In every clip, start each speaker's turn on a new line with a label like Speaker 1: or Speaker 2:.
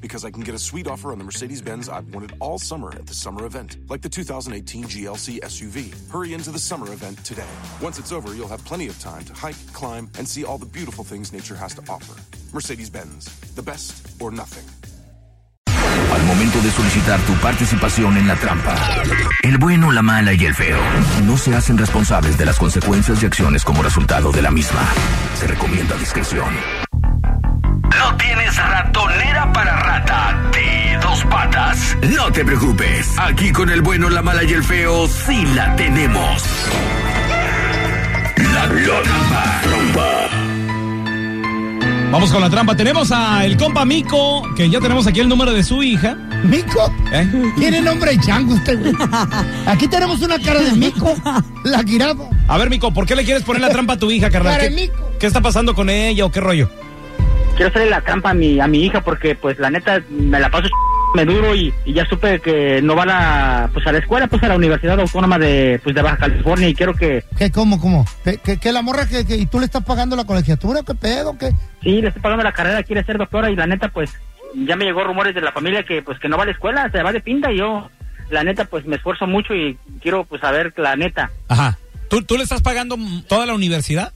Speaker 1: Because I can get a sweet offer on the Mercedes Benz I've wanted all summer at the summer event, like the 2018 GLC SUV. Hurry into the summer event today. Once it's over, you'll have plenty of time to hike, climb, and see all the beautiful things nature has to offer. Mercedes Benz, the best or nothing.
Speaker 2: Al momento de solicitar tu participación en la trampa, el bueno, la mala y el feo no se hacen responsables de las consecuencias y acciones como resultado de la misma. Se recomienda discreción. No tienes ratonera para rata de dos patas. No te preocupes, aquí con el bueno, la mala y el feo sí la tenemos. La, la trampa.
Speaker 3: Vamos con la trampa. Tenemos a el compa Mico, que ya tenemos aquí el número de su hija.
Speaker 4: Mico.
Speaker 3: ¿eh?
Speaker 4: Tiene nombre de chango usted, güey. Aquí tenemos una cara de mico. La jirafa.
Speaker 3: A ver, Mico, ¿por qué le quieres poner la trampa a tu hija, carnal?
Speaker 4: Cara de
Speaker 3: ¿Qué,
Speaker 4: mico.
Speaker 3: qué está pasando con ella o qué rollo?
Speaker 5: quiero hacerle la trampa a mi, a mi hija porque pues la neta me la paso me duro y, y ya supe que no va a la, pues a la escuela, pues a la Universidad Autónoma de, pues de Baja California y quiero que
Speaker 4: ¿Qué, cómo, cómo? ¿Qué, qué, qué la morra que, que- y tú le estás pagando la colegiatura? ¿Qué pedo? ¿Qué?
Speaker 5: sí le estoy pagando la carrera, quiere ser doctora y la neta pues ya me llegó rumores de la familia que pues que no va a la escuela, se va de pinta y yo la neta pues me esfuerzo mucho y quiero pues saber la neta.
Speaker 3: Ajá. ¿Tú, tú le estás pagando mm, toda la universidad?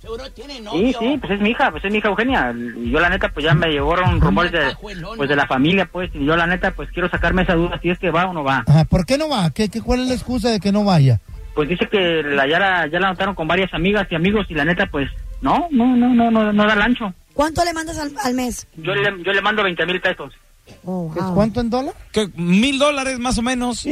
Speaker 5: Sí, sí, pues es mi hija, pues es mi hija Eugenia. Y yo la neta, pues ya me llegaron rumores de, pues de la familia, pues, y yo la neta, pues quiero sacarme esa duda si es que va o no va.
Speaker 4: Ajá, ¿Por qué no va? ¿Qué, qué, ¿Cuál es la excusa de que no vaya?
Speaker 5: Pues dice que la, ya, la, ya la notaron con varias amigas y amigos y la neta, pues, no, no, no, no, no, no da el ancho.
Speaker 6: ¿Cuánto le mandas al, al mes?
Speaker 5: Yo le, yo le mando 20 mil pesos,
Speaker 6: Oh,
Speaker 4: ¿Es
Speaker 6: wow.
Speaker 4: ¿Cuánto en dólar?
Speaker 3: Que mil dólares más o menos.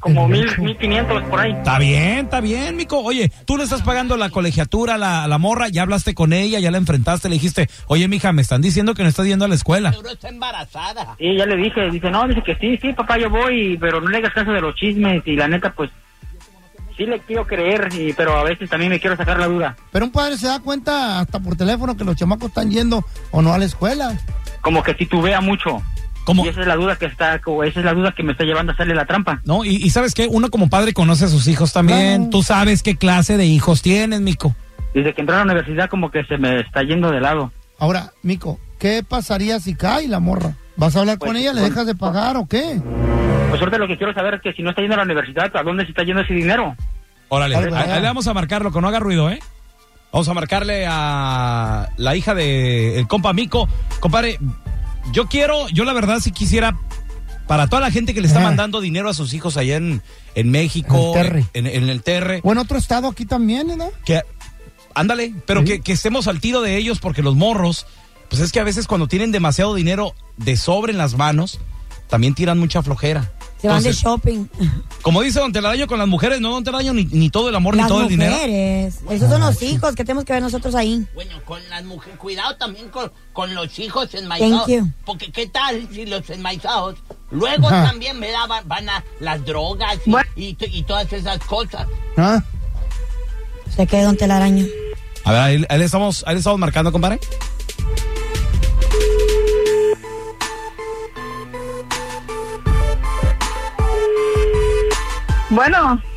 Speaker 5: como
Speaker 4: El
Speaker 5: mil,
Speaker 4: gacho.
Speaker 5: mil quinientos por ahí.
Speaker 3: Está bien, está bien, Mico. Oye, tú le estás pagando la colegiatura a la, a la morra, ya hablaste con ella, ya la enfrentaste, le dijiste, oye, mija, me están diciendo que no estás yendo a la escuela.
Speaker 5: Y ya le dije, dice, no, dice que sí, sí, papá, yo voy, pero no le hagas caso de los chismes y la neta, pues, sí le quiero creer, y, pero a veces también me quiero sacar la duda.
Speaker 4: Pero un padre se da cuenta hasta por teléfono que los chamacos están yendo o no a la escuela.
Speaker 5: Como que titubea mucho.
Speaker 3: ¿Cómo?
Speaker 5: Y esa es la duda que está, esa es la duda que me está llevando a hacerle la trampa.
Speaker 3: No, y, y sabes qué, uno como padre conoce a sus hijos también.
Speaker 4: Claro.
Speaker 3: Tú sabes qué clase de hijos tienes, Mico.
Speaker 5: Desde que entré a la universidad como que se me está yendo de lado.
Speaker 4: Ahora, Mico, ¿qué pasaría si cae la morra? ¿Vas a hablar
Speaker 5: Pues,
Speaker 4: con ella? ¿Le
Speaker 5: con-
Speaker 4: dejas de pagar o qué?
Speaker 5: Pues ahorita lo que quiero saber es que si no está yendo a la universidad, ¿a dónde se está yendo ese dinero?
Speaker 3: Órale,
Speaker 4: Ahí va.
Speaker 3: ahí, ahí le vamos a marcarlo, que no haga ruido, ¿eh? Vamos a marcarle a la hija de el compa Mico. Compadre, yo quiero, yo la verdad si quisiera, para toda la gente que le está
Speaker 4: Ah.
Speaker 3: mandando dinero a sus hijos allá en, en México,
Speaker 4: En el Terre.
Speaker 3: en, en el Terre,
Speaker 4: ¿O en otro estado aquí también, no?
Speaker 3: que ándale, pero
Speaker 4: Sí.
Speaker 3: que, que estemos al tiro de ellos porque los morros, pues es que a veces cuando tienen demasiado dinero de sobre en las manos, también tiran mucha flojera.
Speaker 6: Se van de
Speaker 3: Entonces,
Speaker 6: shopping.
Speaker 3: como dice Don Telaraño con las mujeres, no Don Telaraño ni, ni todo el amor
Speaker 6: Las
Speaker 3: ni todo el dinero.
Speaker 6: mujeres. Esos son los hijos que tenemos que ver nosotros ahí.
Speaker 7: Bueno, con las mujeres, cuidado también con, con los hijos
Speaker 6: Thank
Speaker 7: enmaizados.
Speaker 6: you.
Speaker 7: Porque qué tal si los enmaizados luego
Speaker 4: Ajá.
Speaker 7: también me daban, van a las drogas y,
Speaker 6: Bueno.
Speaker 7: y to- y todas esas cosas.
Speaker 4: ¿Ah?
Speaker 6: Se quedó Don Telaraño.
Speaker 3: A ver, ahí, ahí le estamos, ahí le estamos marcando, compadre.
Speaker 8: Bueno,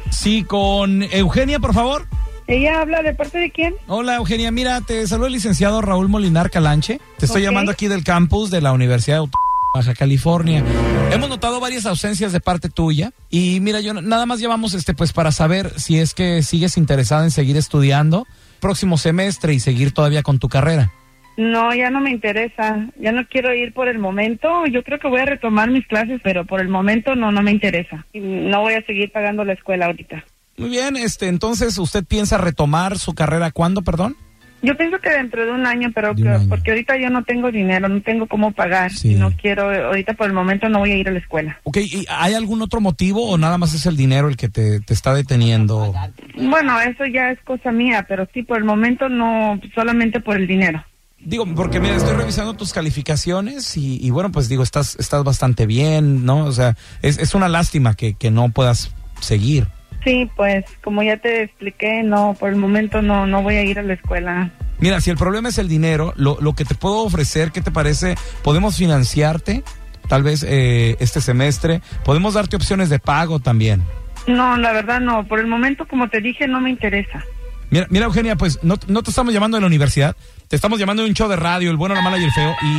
Speaker 3: Sí, con Eugenia, por favor.
Speaker 8: Ella habla de parte de quién?
Speaker 3: Hola Eugenia, mira, te saluda el licenciado Raúl Molinar Calanche. Te estoy
Speaker 8: Ok.
Speaker 3: llamando aquí del campus de la Universidad de Aut- Baja California. Hemos notado varias ausencias de parte tuya y mira, yo nada más llevamos este pues para saber si es que sigues interesada en seguir estudiando próximo semestre y seguir todavía con tu carrera.
Speaker 8: No, ya no me interesa. Ya no quiero ir por el momento. Yo creo que voy a retomar mis clases, pero por el momento no, no me interesa. Y No voy a seguir pagando la escuela ahorita.
Speaker 3: Muy bien, este entonces usted piensa retomar su carrera cuándo, perdón?
Speaker 8: Yo pienso que dentro de un año, pero
Speaker 3: De
Speaker 8: que-
Speaker 3: un año.
Speaker 8: porque ahorita yo no tengo dinero, no tengo cómo pagar.
Speaker 3: Sí.
Speaker 8: Y no quiero, ahorita por el momento no voy a ir a la escuela.
Speaker 3: Ok, ¿y hay algún otro motivo o nada más es el dinero el que te, te está deteniendo?
Speaker 8: Bueno, eso ya es cosa mía, pero sí, por el momento no, solamente por el dinero.
Speaker 3: Digo, porque mira, estoy revisando tus calificaciones y, y bueno, pues digo, estás, estás bastante bien, ¿no? O sea, es, es una lástima que, que no puedas seguir.
Speaker 8: Sí, pues como ya te expliqué, no, por el momento no, no voy a ir a la escuela.
Speaker 3: Mira, si el problema es el dinero, lo, lo que te puedo ofrecer, ¿qué te parece? Podemos financiarte, tal vez eh, este semestre, podemos darte opciones de pago también.
Speaker 8: No, la verdad no, por el momento como te dije no me interesa.
Speaker 3: Mira, mira Eugenia, pues no, no te estamos llamando de la universidad, te estamos llamando de un show de radio, el bueno, la mala y el feo. Y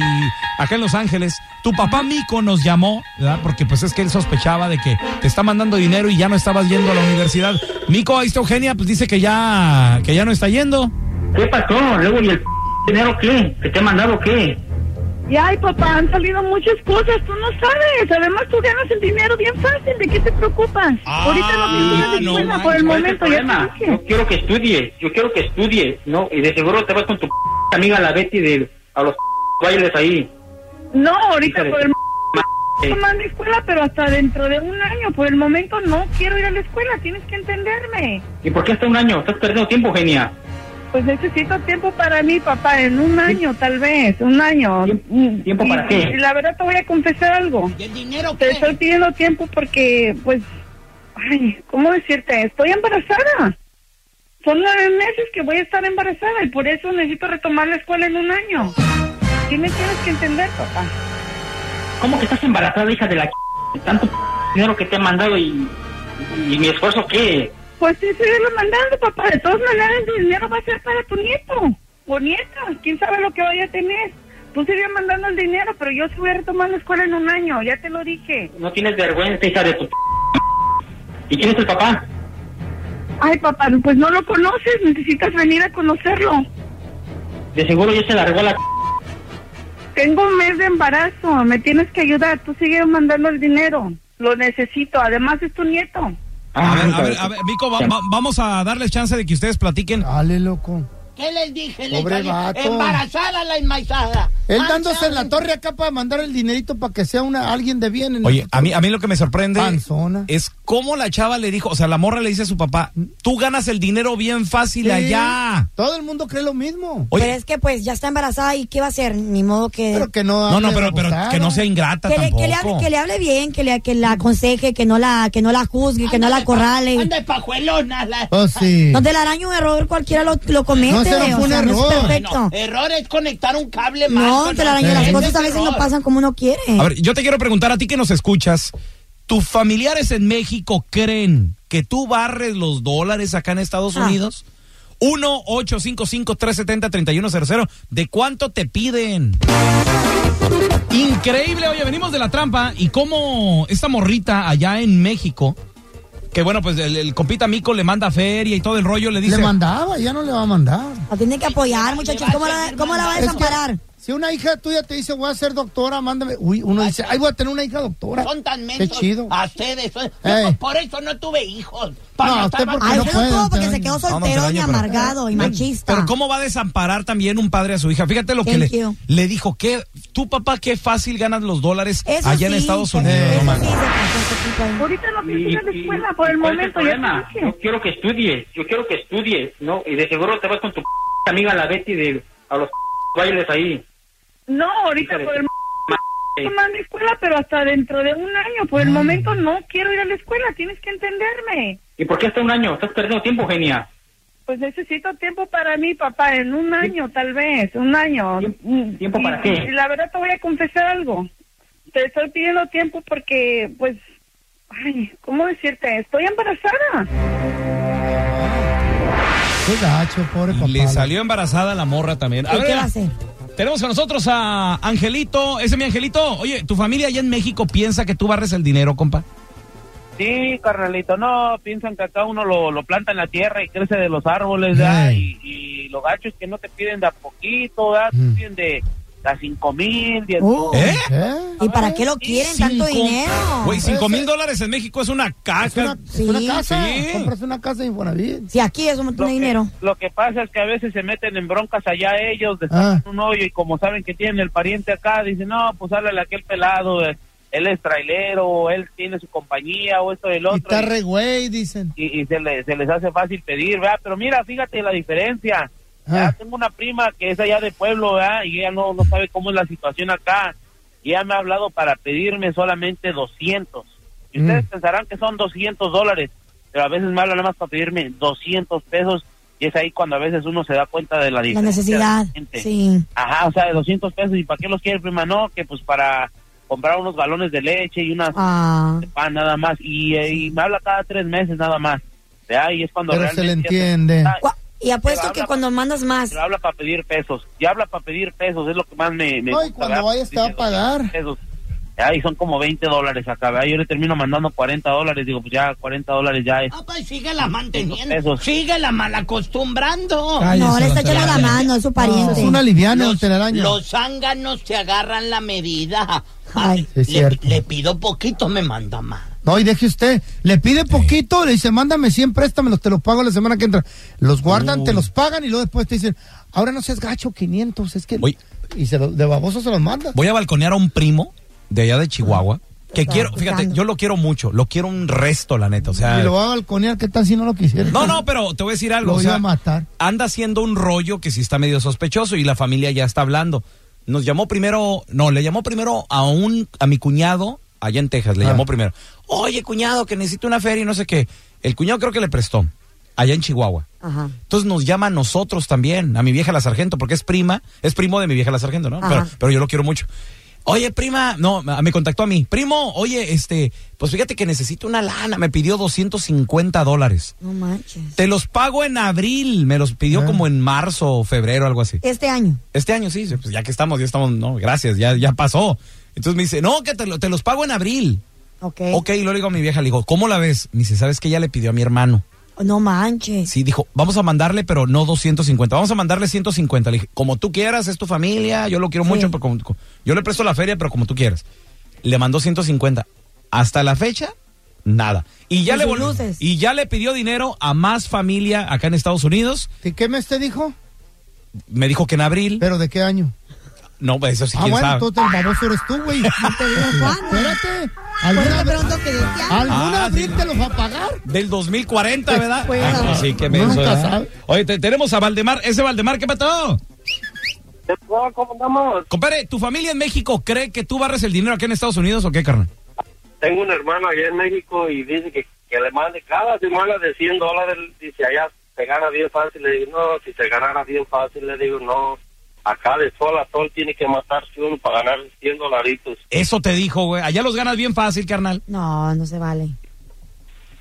Speaker 3: acá en Los Ángeles, tu papá Mico nos llamó, ¿verdad? Porque pues es que él sospechaba de que te está mandando dinero y ya no estabas yendo a la universidad. Mico, ahí está Eugenia, pues dice que ya, que ya no está yendo.
Speaker 5: ¿Qué pasó? Luego, ¿y el p- dinero qué? ¿Que te ha mandado qué?
Speaker 8: Y ay papá, han salido muchas cosas, tú no sabes, además tú ganas el dinero bien fácil, ¿de qué te preocupas? ahorita no te
Speaker 3: Ah,
Speaker 8: la
Speaker 3: no
Speaker 8: escuela, por el
Speaker 5: ¿Cuál es
Speaker 8: momento ya
Speaker 5: problema?
Speaker 8: te
Speaker 5: Yo
Speaker 8: dije.
Speaker 5: quiero que estudie, yo quiero que estudie, ¿no? Y de seguro te vas con tu p- amiga la Betty de, a los p- bailes ahí.
Speaker 8: No, Ah, ahorita
Speaker 5: Híjole,
Speaker 8: por el
Speaker 5: eh.
Speaker 8: momento mando escuela, pero hasta dentro de un año, por el momento no quiero ir a la escuela, tienes que entenderme.
Speaker 5: ¿Y por qué hasta un año? Estás perdiendo tiempo, genia.
Speaker 8: Pues necesito tiempo para mí, papá, en un año tal vez, un año.
Speaker 5: Tiemp- ¿tiempo
Speaker 8: Y-
Speaker 5: para qué?
Speaker 8: y la verdad te voy a confesar algo.
Speaker 7: ¿Y el dinero
Speaker 8: Te
Speaker 7: qué?
Speaker 8: estoy pidiendo tiempo porque, pues, ay, ¿cómo decirte? Estoy embarazada. Son nueve meses que voy a estar embarazada y por eso necesito retomar la escuela en un año. ¿Qué me tienes que entender, papá?
Speaker 5: ¿Cómo que estás embarazada, hija de la ch- Tanto p- dinero que te ha mandado y, y, y mi esfuerzo, ¿qué?
Speaker 8: Pues sí, lo mandando, papá. De todas maneras, mi dinero va a ser para tu nieto o nieta. ¿Quién sabe lo que vaya a tener? Tú sigues mandando el dinero, pero yo sí voy a retomar la escuela en un año. Ya te lo dije.
Speaker 5: No tienes vergüenza, hija de tu p- ¿Y quién es el papá?
Speaker 8: Ay, papá, pues no lo conoces. Necesitas venir a conocerlo.
Speaker 5: De seguro ya se largó a la p-
Speaker 8: Tengo un mes de embarazo, me tienes que ayudar, tú sigue mandando el dinero, lo necesito, además es tu nieto.
Speaker 3: A ver,
Speaker 5: hija
Speaker 3: a
Speaker 5: de
Speaker 3: ver,
Speaker 5: tu
Speaker 3: a ver, Mico, va-
Speaker 5: p-
Speaker 3: va- vamos a darles chance de que ustedes platiquen.
Speaker 4: Dale, loco.
Speaker 7: ¿Qué les dije? Les
Speaker 4: Pobre
Speaker 7: dije,
Speaker 4: vato.
Speaker 7: Embarazada la enmaizada. Ah,
Speaker 4: Él
Speaker 6: Ah,
Speaker 7: Panza-
Speaker 4: dándose en la torre acá para mandar el dinerito para que sea una alguien de bien. en el
Speaker 3: Oye,
Speaker 4: futuro.
Speaker 3: a mí, a mí lo que me sorprende
Speaker 4: Panzona.
Speaker 3: es cómo la chava le dijo, o sea, la morra le dice a su papá, tú ganas el dinero bien fácil
Speaker 4: Sí.
Speaker 3: allá.
Speaker 4: Todo el mundo cree lo mismo.
Speaker 3: Oye.
Speaker 6: Pero es que pues ya está embarazada y ¿qué va a hacer? Ni modo que...
Speaker 4: Pero que no pues hable
Speaker 3: No, no, pero, pero
Speaker 4: babosada.
Speaker 3: que no sea ingrata
Speaker 6: que le,
Speaker 3: tampoco.
Speaker 6: que le hable, que le hable bien, que, le, que la aconseje, que no la, que no la juzgue, que no
Speaker 7: Anda
Speaker 6: la
Speaker 7: de
Speaker 6: acorrale.
Speaker 7: pa- Anda de pajuelona. la-
Speaker 4: Oh, sí.
Speaker 6: No te la araña un error, cualquiera lo, lo comete.
Speaker 4: No, ese no
Speaker 6: o
Speaker 4: fue un
Speaker 6: sea,
Speaker 4: error.
Speaker 6: No es
Speaker 7: No,
Speaker 6: perfecto.
Speaker 7: error es conectar un cable más.
Speaker 6: No, te la araña, las cosas a veces no pasan como uno quiere.
Speaker 3: A ver, yo te quiero preguntar a ti que nos escuchas, ¿tus familiares en México creen que tú barres los dólares acá en Estados
Speaker 6: Ah.
Speaker 3: Unidos? 1-855-370-3100. ¿De cuánto te piden? Increíble, oye, venimos de la trampa y cómo esta morrita allá en México, que bueno, pues el, el compita Mico le manda feria y todo el rollo, le dice...
Speaker 4: Le mandaba, ya no le va a mandar.
Speaker 6: La tienen que apoyar, muchachos. ¿Cómo la, cómo la va a
Speaker 4: Es que-
Speaker 6: desamparar?
Speaker 4: Si una hija tuya te dice, voy a ser doctora, mándame. Uy, uno dice, ay, voy a tener una hija doctora.
Speaker 7: Son tan
Speaker 4: Qué
Speaker 7: mensos.
Speaker 4: chido.
Speaker 7: A ustedes. son-
Speaker 4: Ey.
Speaker 7: Yo por eso no tuve hijos.
Speaker 4: No,
Speaker 7: no
Speaker 4: usted
Speaker 7: estar
Speaker 4: porque
Speaker 6: Ay,
Speaker 4: no
Speaker 6: no
Speaker 4: pueden,
Speaker 6: todo porque
Speaker 4: te
Speaker 6: se
Speaker 4: daño.
Speaker 6: quedó
Speaker 3: No, no, te
Speaker 6: soltero y
Speaker 3: daño, pero-
Speaker 6: amargado y
Speaker 3: Bueno,
Speaker 6: machista.
Speaker 3: Pero ¿cómo va a desamparar también un padre a su hija? Fíjate lo que
Speaker 6: Thank
Speaker 3: le,
Speaker 6: you.
Speaker 3: le dijo. que tu papá qué fácil ganas los dólares
Speaker 6: Eso
Speaker 3: allá en
Speaker 6: sí,
Speaker 3: Estados
Speaker 6: eso
Speaker 3: Unidos? no
Speaker 6: sí,
Speaker 3: manches.
Speaker 6: se pasó ese tipo ahí.
Speaker 8: Ahorita no pienso ir a la
Speaker 5: ¿Y- y-
Speaker 8: escuela, por el
Speaker 5: cuál es
Speaker 8: momento ya
Speaker 5: problema?
Speaker 8: te
Speaker 5: Yo
Speaker 8: dije.
Speaker 5: quiero que estudie, yo quiero que estudie, ¿no? Y de seguro te vas con tu p- amiga la Betty de, a los p- bailes ahí.
Speaker 8: No, ahorita
Speaker 5: Híjole,
Speaker 8: por el
Speaker 5: eh.
Speaker 8: momento mando escuela, pero hasta dentro de un año, por el
Speaker 5: Mm.
Speaker 8: momento no quiero ir a la escuela, tienes que entenderme.
Speaker 5: ¿Y por qué hasta un año? Estás perdiendo tiempo, genia.
Speaker 8: Pues necesito tiempo para mí, papá, en un año tal vez, un año.
Speaker 5: ¿Tiemp- tiempo
Speaker 8: Y-
Speaker 5: para qué?
Speaker 8: y la verdad te voy a confesar algo. Te estoy pidiendo tiempo porque, pues,
Speaker 5: Mm.
Speaker 8: ay, ¿cómo decirte? Estoy embarazada.
Speaker 4: Qué gacho, pobre papá.
Speaker 3: Le salió embarazada la morra también. A
Speaker 6: ¿Qué,
Speaker 3: ver,
Speaker 6: qué va a hacer?
Speaker 3: Tenemos con nosotros a Angelito. Ese es mi Angelito. Oye, ¿tu familia allá en México piensa que tú barres el dinero, compa?
Speaker 9: Sí, carnalito, no, piensan que acá uno lo, lo planta en la tierra y crece de los árboles, ¿verdad?
Speaker 4: Ay.
Speaker 9: Y, y los gachos que no te piden de a poquito, ¿verdad? Te
Speaker 4: Mm.
Speaker 9: piden de a cinco mil, diez
Speaker 6: Uh,
Speaker 3: ¿Eh?
Speaker 4: ¿Eh?
Speaker 6: ¿Y para qué lo quieren tanto
Speaker 3: Cinco-
Speaker 6: dinero?
Speaker 3: Güey, cinco mil
Speaker 4: Ese-
Speaker 3: dólares en México es una caca.
Speaker 4: Es una, es una
Speaker 6: Sí.
Speaker 4: casa.
Speaker 3: Sí.
Speaker 4: Compras una casa de Infonavit.
Speaker 6: Si aquí es un montón de dinero.
Speaker 9: lo que pasa es que a veces se meten en broncas allá ellos,
Speaker 4: Ah.
Speaker 9: destapan un hoyo y como saben que tienen el pariente acá, dicen, no, pues háblale a aquel pelado, eh, él es trailero, o él tiene su compañía o esto y el
Speaker 4: Y
Speaker 9: otro.
Speaker 4: está
Speaker 9: y-
Speaker 4: re güey, dicen.
Speaker 9: y, y se, le- se les hace fácil pedir, ¿verdad? Pero mira, fíjate la diferencia. Ya
Speaker 4: Ah.
Speaker 9: Tengo una prima que es allá de pueblo, ¿verdad? Y ella no, no sabe cómo es la situación acá. Y ella me ha hablado para pedirme solamente 200. Y ustedes pensarán que son 200 dólares, pero a veces me hablan nada más para pedirme 200 pesos. Y es ahí cuando a veces uno se da cuenta de la
Speaker 6: La
Speaker 9: diferencia. de la
Speaker 6: necesidad.
Speaker 9: gente.
Speaker 6: Sí.
Speaker 9: Ajá, o sea, de 200 pesos. ¿Y para qué los quiere, prima? No, que pues para comprar unos galones de leche y unas
Speaker 6: Ah.
Speaker 9: de pan nada más y, eh, y me habla cada tres meses nada más ¿verdad? y es cuando
Speaker 4: Pero se
Speaker 9: realmente
Speaker 4: le
Speaker 9: ya se-
Speaker 4: entiende.
Speaker 9: Ah,
Speaker 6: Gua- Y apuesto
Speaker 9: Pero
Speaker 6: que
Speaker 9: habla-
Speaker 6: cuando mandas más.
Speaker 9: pero habla para pedir pesos y habla para pedir pesos es lo que más me, me
Speaker 4: No, y
Speaker 9: gusta,
Speaker 4: cuando
Speaker 9: ¿verdad?
Speaker 4: vayas te va a
Speaker 9: Dice,
Speaker 4: pagar.
Speaker 9: pesos ¿verdad? y son como 20 dólares acá ¿verdad? yo le termino mandando 40 dólares digo pues ya 40 dólares ya es
Speaker 7: Ah, pues síguela manteniendo.
Speaker 9: Pesos.
Speaker 7: Síguela malacostumbrando.
Speaker 3: Ay,
Speaker 6: No,
Speaker 3: eso
Speaker 6: le
Speaker 3: no
Speaker 6: está
Speaker 3: te
Speaker 6: echando la
Speaker 3: vale.
Speaker 6: mano, es su
Speaker 4: Es
Speaker 6: pariente.
Speaker 4: una liviana, don Telaraño.
Speaker 7: los zánganos te agarran la medida.
Speaker 6: Ay.
Speaker 4: Sí, es
Speaker 7: le,
Speaker 4: cierto.
Speaker 7: le pido poquito, me manda más.
Speaker 4: No, y deje usted. Le pide poquito, le dice, mándame 100, préstamelos, te los pago la semana que entra. Los guardan, te los pagan y luego después te dicen, ahora no seas gacho, 500, es que...
Speaker 3: Oye.
Speaker 4: Y se los de baboso se los manda.
Speaker 3: Voy a balconear a un primo de allá de Chihuahua. Que
Speaker 6: Estaba
Speaker 3: quiero, fíjate,
Speaker 6: escuchando.
Speaker 3: yo lo quiero mucho, lo quiero un resto, la neta. O sea,
Speaker 4: Y lo va a balconear, ¿qué tal si no lo quisiera?
Speaker 3: No, no, pero te voy a decir algo.
Speaker 4: Lo
Speaker 3: o
Speaker 4: iba
Speaker 3: sea,
Speaker 4: a matar.
Speaker 3: Anda haciendo un rollo que sí está medio sospechoso y la familia ya está hablando. Nos llamó primero, no, le llamó primero a un, a mi cuñado allá en Texas, le
Speaker 4: Ah.
Speaker 3: llamó primero. Oye, cuñado, que necesito una feria y no sé qué. El cuñado creo que le prestó, allá en Chihuahua.
Speaker 6: Ajá.
Speaker 3: Entonces nos llama a nosotros también, a mi vieja la sargento, porque es prima, es primo de mi vieja la sargento, ¿no?
Speaker 6: Ajá.
Speaker 3: Pero, pero yo lo quiero mucho. Oye, prima, no, me contactó a mí. Primo, oye, este, pues fíjate que necesito una lana, me pidió 250 dólares.
Speaker 6: No manches.
Speaker 3: Te los pago en abril, me los pidió
Speaker 4: Ah.
Speaker 3: como en marzo o febrero, algo así.
Speaker 6: Este año.
Speaker 3: Este año sí, pues ya que estamos, ya estamos, no, gracias, ya, ya pasó. Entonces me dice, no, que te, lo- te los pago en abril.
Speaker 6: Ok.
Speaker 3: Ok, y luego le digo a mi vieja, le digo, ¿cómo la ves? Me dice, ¿sabes qué? Ya le pidió a mi hermano.
Speaker 6: No manches.
Speaker 3: Sí, dijo, vamos a mandarle, pero no 250, vamos a mandarle 150. Le dije, como tú quieras, es tu familia, yo lo quiero
Speaker 6: Sí.
Speaker 3: mucho, pero como- como- yo le presto la feria, pero como tú quieras. Le mandó 150. Hasta la fecha, nada. Y ya,
Speaker 6: Con
Speaker 3: le
Speaker 6: sus
Speaker 3: volvió-
Speaker 6: luces.
Speaker 3: y ya le pidió dinero a más familia acá en Estados Unidos.
Speaker 4: ¿De qué mes te dijo?
Speaker 3: Me dijo que en abril.
Speaker 4: ¿Pero de qué año?
Speaker 3: no, pues eso sí,
Speaker 4: ah,
Speaker 3: quién
Speaker 4: bueno,
Speaker 3: sabe.
Speaker 4: entonces el baboso eres tú, güey. Espérate.
Speaker 6: Por eso
Speaker 4: ¿Alguna,
Speaker 6: te
Speaker 4: vez-
Speaker 6: pregunto que de qué año.
Speaker 4: ¿Alguna
Speaker 3: Ah,
Speaker 4: abril
Speaker 3: sí.
Speaker 4: te los va a pagar?
Speaker 3: Del 2040, ¿verdad?
Speaker 6: Pues,
Speaker 3: Ah,
Speaker 6: bueno.
Speaker 3: sí, qué
Speaker 4: Uno
Speaker 3: menso,
Speaker 4: nunca
Speaker 3: ¿verdad?
Speaker 4: sabe.
Speaker 3: Oye, te- tenemos a Valdemar. Ese Valdemar, ¿qué pasó?
Speaker 9: ¿cómo andamos?
Speaker 3: Compadre, ¿tu familia en México cree que tú barres el dinero aquí en Estados Unidos o qué, carnal?
Speaker 9: tengo una hermana allá en México y dice que, que le mande cada semana de 100 dólares. Dice, allá se gana bien fácil. Le digo, no, si se ganara bien fácil, le digo, no. Acá de sol a sol tiene que matarse uno para ganar 100 dolaritos.
Speaker 3: Eso te dijo, güey. Allá los ganas bien fácil, carnal.
Speaker 6: No, no se vale.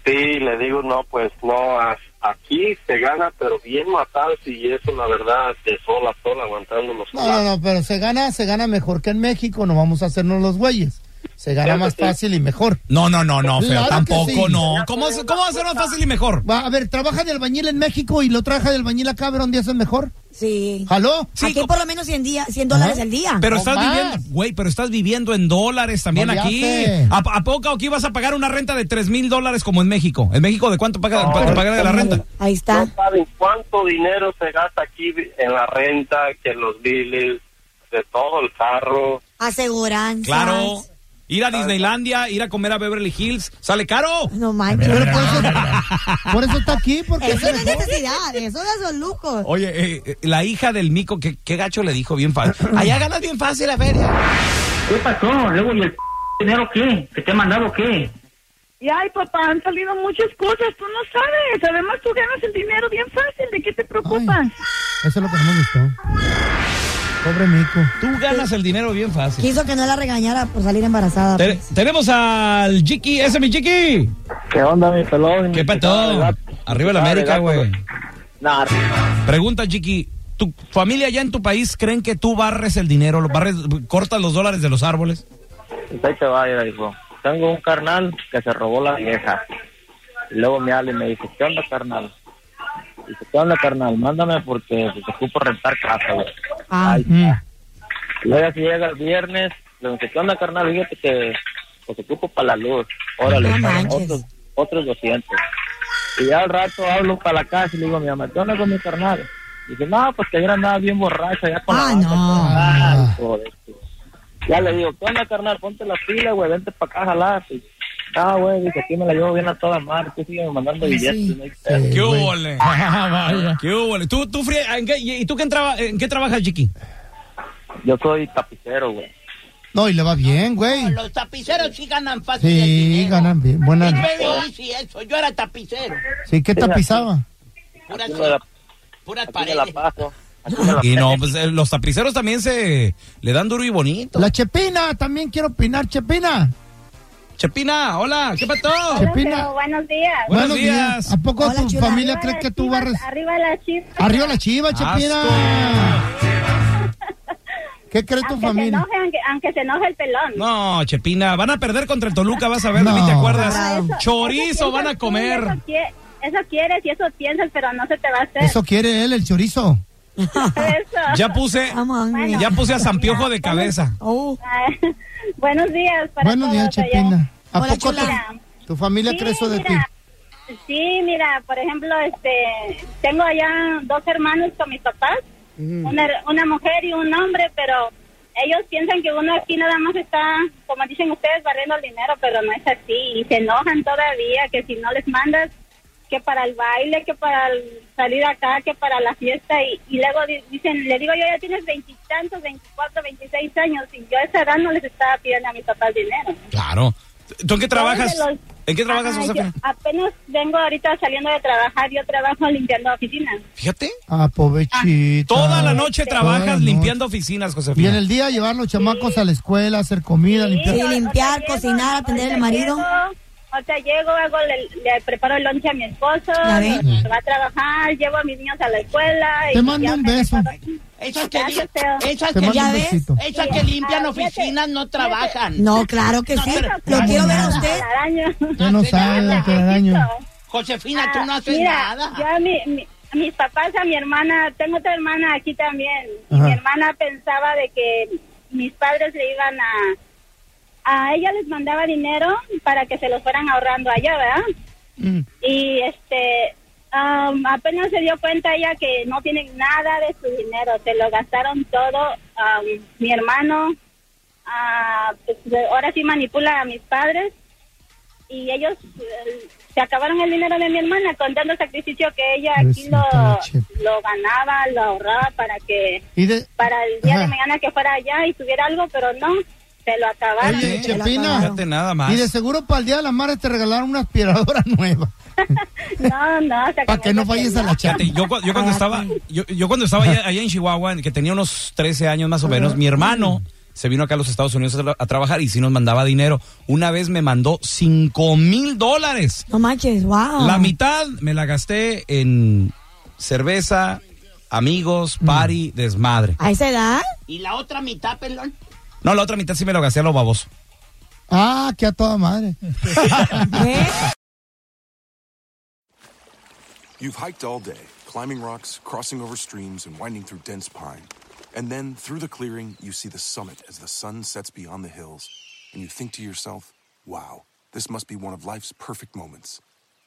Speaker 9: Sí, le digo, no, pues no, a- aquí se gana, pero bien matarse y eso, la verdad, de sol a sol aguantando los
Speaker 4: No, no, no, pero se gana, se gana mejor que en México, no vamos a hacernos los güeyes. Se gana
Speaker 9: Claro
Speaker 4: más
Speaker 9: que sí.
Speaker 4: fácil y mejor.
Speaker 3: No, no, no, no, feo.
Speaker 4: Claro que
Speaker 3: tampoco,
Speaker 4: sí.
Speaker 3: no. ¿Cómo, es- ¿Cómo va a ser más fácil y mejor?
Speaker 4: Va, a ver, trabaja de albañil en México y lo trabaja de albañil acá, a ver dónde haces mejor.
Speaker 6: Sí.
Speaker 4: ¿Aló?
Speaker 3: Sí,
Speaker 6: aquí
Speaker 3: co-
Speaker 6: por lo menos 100, día- 100 dólares al día.
Speaker 3: Pero
Speaker 4: No
Speaker 3: estás
Speaker 4: más.
Speaker 3: viviendo, güey, pero estás viviendo en dólares también
Speaker 4: No le
Speaker 3: aquí.
Speaker 4: hace.
Speaker 3: ¿A, ¿A poco aquí vas a pagar una renta de tres mil dólares como en México? ¿En México de cuánto paga,
Speaker 9: No,
Speaker 3: pa- te pagan de la
Speaker 4: ¿cómo?
Speaker 3: renta?
Speaker 6: Ahí está.
Speaker 9: No saben cuánto dinero se gasta aquí en la renta, que en los biles, de todo el carro.
Speaker 6: Aseguranzas.
Speaker 3: Claro. Ir a Disneylandia, ir a comer a Beverly Hills, sale caro.
Speaker 6: No manches.
Speaker 4: Pero por eso, por eso está aquí, porque
Speaker 6: Eso no
Speaker 4: es
Speaker 6: es
Speaker 4: mejor.
Speaker 6: necesidad, eso no son lujos.
Speaker 3: Oye, eh, eh, la hija del mico, ¿qué, qué gacho le dijo bien fácil. Allá ganas bien fácil la feria.
Speaker 9: ¿Qué pasó? Luego, ¿y el dinero qué? ¿Que te he mandado qué?
Speaker 8: Y ay, papá, han salido muchas cosas, tú no sabes. Además, tú ganas el dinero bien fácil, ¿de qué te preocupas?
Speaker 4: Ay, eso es lo que no me gustó. Pobre mico.
Speaker 3: Tú ganas el dinero bien fácil.
Speaker 6: Quiso que no la regañara por salir embarazada.
Speaker 3: Te-
Speaker 6: pues.
Speaker 3: tenemos al Chiqui, ese es mi Chiqui.
Speaker 9: ¿Qué onda, mi pelón?
Speaker 3: ¿Qué pato? Arriba la América, güey.
Speaker 10: No,
Speaker 3: Pregunta, Chiqui. ¿Tu familia allá en tu país creen que tú barres el dinero, lo barres, cortas los dólares de los árboles?
Speaker 10: ahí te va, mira, hijo. Tengo un carnal que se robó la vieja. Y luego me habla y me dice, ¿qué onda, carnal? Dice, ¿qué onda, carnal? Mándame porque pues, ocupo rentar casa, güey.
Speaker 6: Ah,
Speaker 10: Luego así llega el viernes, le dice, ¿qué onda, carnal? Fíjate que pues ocupo para la luz. Órale,
Speaker 6: No
Speaker 10: carnal,
Speaker 6: manches.
Speaker 10: otros, otros 200. Y ya al rato hablo para la casa y le digo a mi mamá, ¿qué onda con mi carnal? Dice, no, pues que ayer andaba bien borracho ya con la
Speaker 6: Ah,
Speaker 10: banda,
Speaker 6: no.
Speaker 10: carnal, hijo de tu- Ya le digo, ¿qué onda, carnal? Ponte la pila, güey, vente para acá a jalar. Y, Ah, güey, dice, aquí me la llevo bien a toda madre, tú sigues mandando billetes. no hay pedo".
Speaker 3: ¿Qué húbole? ¿Qué húbole? ¿Tú, tú frie- ¿en qué- ¿Y tú qué entraba- en qué trabajas, Chiqui?
Speaker 10: Yo soy tapicero, güey.
Speaker 4: No, y le va bien, güey.
Speaker 7: Los tapiceros sí ganan fácil. el
Speaker 4: Sí,
Speaker 7: dinero.
Speaker 4: ganan bien.
Speaker 7: Sí,
Speaker 4: Buena.
Speaker 7: baby, easy, eso. Yo era tapicero.
Speaker 4: Sí, ¿qué tapizaba?
Speaker 7: Puras,
Speaker 10: Aquí me la,
Speaker 7: puras
Speaker 10: aquí me la
Speaker 7: paredes.
Speaker 10: paso. Aquí me la
Speaker 3: Y no,
Speaker 10: paso.
Speaker 3: pues eh, los tapiceros también se le dan duro y bonito.
Speaker 4: La Chepina, también quiero opinar, Chepina.
Speaker 3: Chepina, hola, ¿qué pasó?
Speaker 4: Chepina.
Speaker 11: buenos días.
Speaker 3: Buenos días.
Speaker 4: ¿A poco
Speaker 6: Hola,
Speaker 4: tu
Speaker 6: chula.
Speaker 4: familia
Speaker 11: Arriba
Speaker 4: cree
Speaker 11: las
Speaker 4: que tú
Speaker 11: chivas,
Speaker 4: barres?
Speaker 11: Arriba la chispa.
Speaker 4: Arriba la chiva, Chepina. ¿Qué cree tu
Speaker 11: aunque Se
Speaker 4: familia?
Speaker 11: enoje, aunque, aunque se enoje el pelón.
Speaker 3: No, Chepina, van a perder contra el Toluca, vas a ver,
Speaker 4: No.
Speaker 3: ni te acuerdas.
Speaker 11: Eso- eso
Speaker 3: Chorizo
Speaker 11: piensas
Speaker 3: van a
Speaker 11: tú,
Speaker 3: comer.
Speaker 11: Eso, quie- eso quieres y eso piensas, pero no se te va a hacer.
Speaker 4: Eso quiere él, el chorizo.
Speaker 11: Eso.
Speaker 3: Ya puse,
Speaker 6: I'm hungry.
Speaker 3: ya puse a Zampiojo de cabeza.
Speaker 6: Oh,
Speaker 11: Ay, buenos días. Para
Speaker 4: Buenos días,
Speaker 11: todos allá.
Speaker 4: Chepina. ¿A
Speaker 6: Hola,
Speaker 4: poco tu,
Speaker 6: chula.
Speaker 4: tu familia
Speaker 11: Sí,
Speaker 4: cree eso de ti?
Speaker 11: mira, Sí, mira, por ejemplo, este, tengo allá dos hermanos con mis papás,
Speaker 9: Mm.
Speaker 11: una, una mujer y un hombre, pero ellos piensan que uno aquí nada más está, como dicen ustedes, barriendo el dinero, pero no es así. Y se enojan todavía que si no les mandas que para el baile, que para el salir acá, que para la fiesta. Y, y luego di- dicen, le digo yo, ya tienes veintitantos, veinticuatro, veintiséis años, y yo a esa edad no les estaba pidiendo a mis papás dinero.
Speaker 3: Claro. ¿Tú en qué trabajas?
Speaker 11: Todos de los-
Speaker 3: ¿En qué trabajas,
Speaker 11: Ajá,
Speaker 3: Josefina?
Speaker 11: yo apenas vengo ahorita saliendo de trabajar, yo trabajo limpiando oficinas.
Speaker 3: Fíjate.
Speaker 4: Ah, pobrecita.
Speaker 3: Toda la noche
Speaker 4: Toda la
Speaker 3: trabajas
Speaker 4: noche.
Speaker 3: limpiando oficinas,
Speaker 4: Y en
Speaker 3: Josefina.
Speaker 4: el día llevar los chamacos a la escuela, hacer comida, limpiar.
Speaker 6: Sí, limpiar, cocinar, atender al marido.
Speaker 11: O sea, llego, hago, le, le preparo el lonche a mi esposo,
Speaker 6: Ya ves.
Speaker 11: se va a trabajar, llevo a mis niños a la escuela.
Speaker 4: Te
Speaker 11: y
Speaker 4: mando
Speaker 11: ya
Speaker 4: un
Speaker 11: me
Speaker 4: beso.
Speaker 11: preparo-
Speaker 7: Esas que,
Speaker 11: Gracias,
Speaker 7: lim-
Speaker 11: Teo.
Speaker 7: esas
Speaker 4: Te
Speaker 7: que,
Speaker 4: mando
Speaker 6: ya
Speaker 4: un
Speaker 6: ves.
Speaker 4: besito.
Speaker 7: esas que limpian
Speaker 11: Ah, fíjate,
Speaker 7: oficinas no
Speaker 11: fíjate.
Speaker 7: trabajan.
Speaker 6: no, claro que sí. Lo
Speaker 7: pero-
Speaker 6: quiero ver a usted.
Speaker 11: Araña.
Speaker 4: Ya no sabe,
Speaker 11: Ah,
Speaker 4: doctor Araño.
Speaker 11: Cristo.
Speaker 7: Josefina, tú no
Speaker 11: Ah,
Speaker 7: haces
Speaker 11: mira,
Speaker 7: nada.
Speaker 11: Yo a mi- mi- a mis papás, a mi hermana, tengo otra hermana aquí también. Y
Speaker 4: Ajá.
Speaker 11: mi hermana pensaba de que mis padres le iban a... A ella les mandaba dinero para que se los fueran ahorrando allá, ¿verdad?
Speaker 4: Mm.
Speaker 11: Y este... am, apenas se dio cuenta ella que no tienen nada de su dinero, se lo gastaron todo. am, mi hermano, ah, pues, ahora sí manipula a mis padres y ellos eh, se acabaron el dinero de mi hermana con tanto sacrificio que ella aquí
Speaker 4: Pobrecita
Speaker 11: lo,
Speaker 4: la Chepa.
Speaker 11: lo ganaba, lo ahorraba para que
Speaker 4: Y de...
Speaker 11: para el día
Speaker 4: Ajá.
Speaker 11: de mañana que fuera allá y tuviera algo, pero no, se lo acabaron.
Speaker 4: Oye,
Speaker 3: Sí.
Speaker 4: Chepina.
Speaker 3: Fíjate nada más.
Speaker 4: Y de seguro para el Día de las Madres te regalaron una aspiradora nueva.
Speaker 11: No, no, se
Speaker 4: Para
Speaker 11: acabó
Speaker 4: que no
Speaker 11: el
Speaker 4: vayas a
Speaker 11: dinero.
Speaker 4: la chapa.
Speaker 3: Fíjate, Este, yo, cu- yo
Speaker 6: Ah,
Speaker 3: cuando estaba, yo, yo cuando estaba allá, allá en Chihuahua, que tenía unos 13 años más o menos, mi hermano se vino acá a los Estados Unidos a, tra- a trabajar y sí nos mandaba dinero. Una vez me mandó 5 mil dólares.
Speaker 6: No manches, wow.
Speaker 3: La mitad me la gasté en cerveza, amigos, party, desmadre.
Speaker 6: Mm. ¿A esa edad?
Speaker 7: Y la otra mitad, pelón.
Speaker 3: No, la otra mitad sí me la gasté a lo baboso.
Speaker 4: Ah, que a toda madre.
Speaker 6: ¿Qué?
Speaker 1: You've hiked all day, climbing rocks, crossing over streams, and winding through dense pine. And then, through the clearing, you see the summit as the sun sets beyond the hills, and you think to yourself, wow, this must be one of life's perfect moments.